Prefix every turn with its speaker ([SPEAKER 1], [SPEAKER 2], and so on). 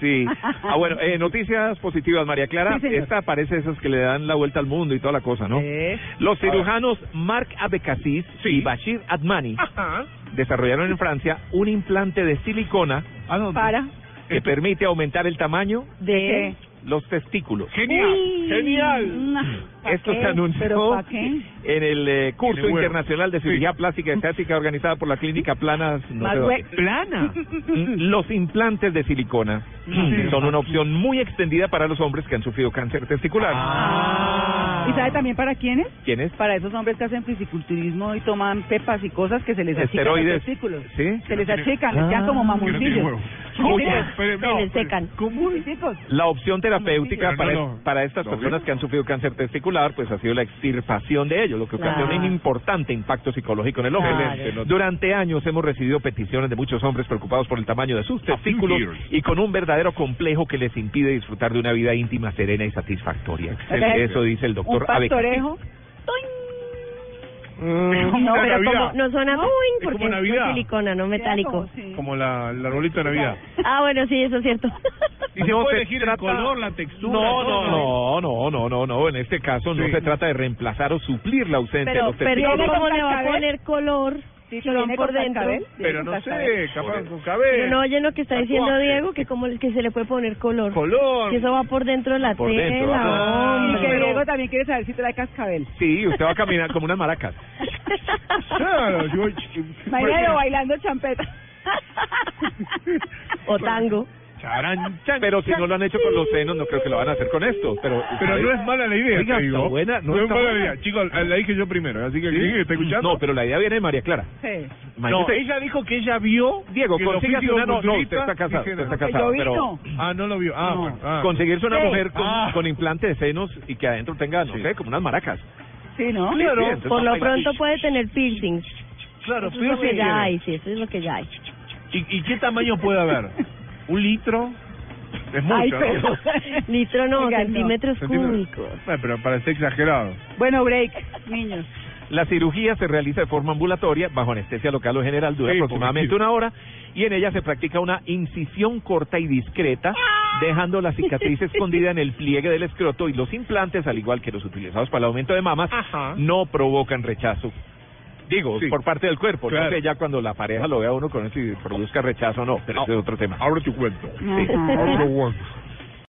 [SPEAKER 1] Sí. Ah, bueno, eh, noticias positivas, María Clara.
[SPEAKER 2] Sí, señor. Eh.
[SPEAKER 1] Esta parece esas que le dan la vuelta al mundo y toda la cosa, ¿no?
[SPEAKER 2] Sí.
[SPEAKER 1] Los cirujanos Mark Abekasis y Bashir Admani desarrollaron en Francia un implante de silicona
[SPEAKER 2] Para.
[SPEAKER 1] que permite aumentar el tamaño
[SPEAKER 2] ¿De
[SPEAKER 1] los testículos.
[SPEAKER 3] Genial,
[SPEAKER 2] Uy,
[SPEAKER 3] genial.
[SPEAKER 2] nah, ¿pa'
[SPEAKER 1] Esto
[SPEAKER 2] qué?
[SPEAKER 1] se
[SPEAKER 2] ¿Pero
[SPEAKER 1] anunció
[SPEAKER 2] pa' qué?
[SPEAKER 1] en el eh, curso
[SPEAKER 3] Tiene huevo.
[SPEAKER 1] internacional de cirugía plástica y estética organizada por la clínica Planas. no
[SPEAKER 2] Más
[SPEAKER 1] sé dónde.
[SPEAKER 2] hue-
[SPEAKER 3] Plana.
[SPEAKER 1] Los implantes de silicona son una opción muy extendida para los hombres que han sufrido cáncer testicular.
[SPEAKER 2] Ah. ¿Y sabe también para quiénes? Pues
[SPEAKER 1] ¿Quiénes?
[SPEAKER 2] Para esos hombres que hacen fisiculturismo y toman pepas y cosas que se les achican
[SPEAKER 1] Esteroides.
[SPEAKER 2] los testículos.
[SPEAKER 1] ¿Sí?
[SPEAKER 2] Se les achican, les quedan como
[SPEAKER 3] Que no tiene
[SPEAKER 2] mamoncillos.
[SPEAKER 3] huevo.
[SPEAKER 2] Sí,
[SPEAKER 3] Oye,
[SPEAKER 2] chicos,
[SPEAKER 3] espere,
[SPEAKER 2] se
[SPEAKER 3] no,
[SPEAKER 2] les
[SPEAKER 3] espere.
[SPEAKER 2] secan.
[SPEAKER 3] ¿Cómo
[SPEAKER 2] Sí, chicos.
[SPEAKER 1] La opción terapéutica
[SPEAKER 3] Pero
[SPEAKER 1] para,
[SPEAKER 3] no, no.
[SPEAKER 1] para estas
[SPEAKER 3] No,
[SPEAKER 1] personas
[SPEAKER 3] no.
[SPEAKER 1] que han sufrido cáncer testicular, pues ha sido la extirpación de ello, lo que ocasiona
[SPEAKER 2] Claro.
[SPEAKER 1] un importante impacto psicológico en el hombre.
[SPEAKER 2] Claro.
[SPEAKER 1] Durante años hemos recibido peticiones de muchos hombres preocupados por el tamaño de sus testículos
[SPEAKER 3] years.
[SPEAKER 1] y con un verdadero complejo que les impide disfrutar de una vida íntima, serena y satisfactoria.
[SPEAKER 2] Excelente.
[SPEAKER 1] Eso dice el
[SPEAKER 2] Un
[SPEAKER 1] doctor Abecasis.
[SPEAKER 2] pastorejo.
[SPEAKER 3] Como
[SPEAKER 4] No,
[SPEAKER 3] la
[SPEAKER 4] pero
[SPEAKER 3] Ah, Navidad.
[SPEAKER 4] como, no suena boing
[SPEAKER 3] Es como
[SPEAKER 4] porque es
[SPEAKER 3] Navidad.
[SPEAKER 4] silicona, no metálico.
[SPEAKER 3] Como la, la rolita de Navidad.
[SPEAKER 4] Ah, bueno, sí, eso es cierto.
[SPEAKER 3] Y se
[SPEAKER 1] No,
[SPEAKER 3] puede
[SPEAKER 1] se
[SPEAKER 3] elegir el
[SPEAKER 1] trata-
[SPEAKER 3] color, la textura.
[SPEAKER 1] No, no,
[SPEAKER 3] todo.
[SPEAKER 1] no, no, no, no, no. En este caso no
[SPEAKER 3] Sí.
[SPEAKER 1] se trata de reemplazar o suplir la ausencia de
[SPEAKER 4] pero,
[SPEAKER 1] los
[SPEAKER 4] pero
[SPEAKER 1] testículos.
[SPEAKER 4] ¿cómo
[SPEAKER 2] con
[SPEAKER 4] le va a
[SPEAKER 2] cascabel?
[SPEAKER 4] poner color si
[SPEAKER 2] viene
[SPEAKER 4] son por
[SPEAKER 2] con
[SPEAKER 4] dentro?
[SPEAKER 2] cascabel.
[SPEAKER 3] Pero no sé, capaz con
[SPEAKER 4] Pero
[SPEAKER 3] cabeza.
[SPEAKER 4] no oyen lo que está diciendo
[SPEAKER 3] Tatuaje.
[SPEAKER 4] Diego, que como que se le puede poner color.
[SPEAKER 3] Color.
[SPEAKER 4] Que eso va por dentro de la
[SPEAKER 1] Por
[SPEAKER 4] tela,
[SPEAKER 1] dentro, ah.
[SPEAKER 2] Y que
[SPEAKER 4] hombre.
[SPEAKER 2] Diego también quiere saber si trae cascabel.
[SPEAKER 1] Sí, usted va a caminar como unas maracas.
[SPEAKER 3] Claro, yo-
[SPEAKER 2] Imagínalo bailando champeta.
[SPEAKER 4] o tango.
[SPEAKER 3] Charán, chan,
[SPEAKER 1] Pero si no lo han hecho con los senos, no creo que lo van a hacer con esto. Pero,
[SPEAKER 3] Pero no es mala la
[SPEAKER 1] Oiga,
[SPEAKER 3] idea, te
[SPEAKER 1] está
[SPEAKER 3] digo.
[SPEAKER 1] buena, no
[SPEAKER 3] no, es
[SPEAKER 1] está
[SPEAKER 3] mala
[SPEAKER 1] buena.
[SPEAKER 3] la idea. Chicos, la dije yo primero, así que
[SPEAKER 1] ¿Sí? Mm,
[SPEAKER 3] ¿quién está escuchando?
[SPEAKER 1] No, pero la idea viene de María Clara.
[SPEAKER 2] Sí.
[SPEAKER 1] Imagínate-
[SPEAKER 3] ella dijo que ella vio
[SPEAKER 1] Diego,
[SPEAKER 3] que los
[SPEAKER 1] consígase una... No, no, usted
[SPEAKER 3] fisicoculturistas
[SPEAKER 1] está casado, usted
[SPEAKER 3] dijeron-
[SPEAKER 1] está
[SPEAKER 2] Yo
[SPEAKER 1] casado,
[SPEAKER 2] vi,
[SPEAKER 1] pero...
[SPEAKER 2] no.
[SPEAKER 3] Ah, no lo vio. Ah,
[SPEAKER 2] No.
[SPEAKER 3] bueno. ah.
[SPEAKER 1] Conseguirse una
[SPEAKER 2] Sí.
[SPEAKER 1] mujer con,
[SPEAKER 3] Ah.
[SPEAKER 1] con implante de senos y que adentro tenga, no
[SPEAKER 3] Sí.
[SPEAKER 1] sé, como unas maracas.
[SPEAKER 2] Sí, ¿no?
[SPEAKER 1] Sí, sí, entonces
[SPEAKER 4] Por lo
[SPEAKER 1] tampoco-
[SPEAKER 4] pronto puede tener piercings.
[SPEAKER 3] Claro,
[SPEAKER 4] Eso es lo que ya hay, sí, eso es lo que ya hay.
[SPEAKER 3] ¿Y, ¿Y qué tamaño puede haber? ¿Un litro? Es mucho,
[SPEAKER 2] Ay,
[SPEAKER 3] ¿no?
[SPEAKER 2] pero-
[SPEAKER 4] Litro no,
[SPEAKER 2] Oiga, no.
[SPEAKER 4] centímetros
[SPEAKER 3] Centímetros.
[SPEAKER 4] cúbicos.
[SPEAKER 3] Ay, pero parece exagerado.
[SPEAKER 2] Bueno, break, niños.
[SPEAKER 1] La cirugía se realiza de forma ambulatoria, bajo anestesia local o general, dura
[SPEAKER 3] Sí,
[SPEAKER 1] aproximadamente
[SPEAKER 3] pobrecito.
[SPEAKER 1] una hora, y en ella se practica una incisión corta y discreta, dejando la cicatriz escondida en el pliegue del escroto y los implantes, al igual que los utilizados para el aumento de mamas,
[SPEAKER 3] Ajá.
[SPEAKER 1] no provocan rechazo. Digo,
[SPEAKER 3] Sí.
[SPEAKER 1] por parte del cuerpo,
[SPEAKER 3] Claro.
[SPEAKER 1] no sé ya cuando la pareja lo vea uno con eso y produzca rechazo o no, pero ese es otro tema.
[SPEAKER 3] Ahora te cuento.
[SPEAKER 2] Ajá.
[SPEAKER 3] Ahora te cuento.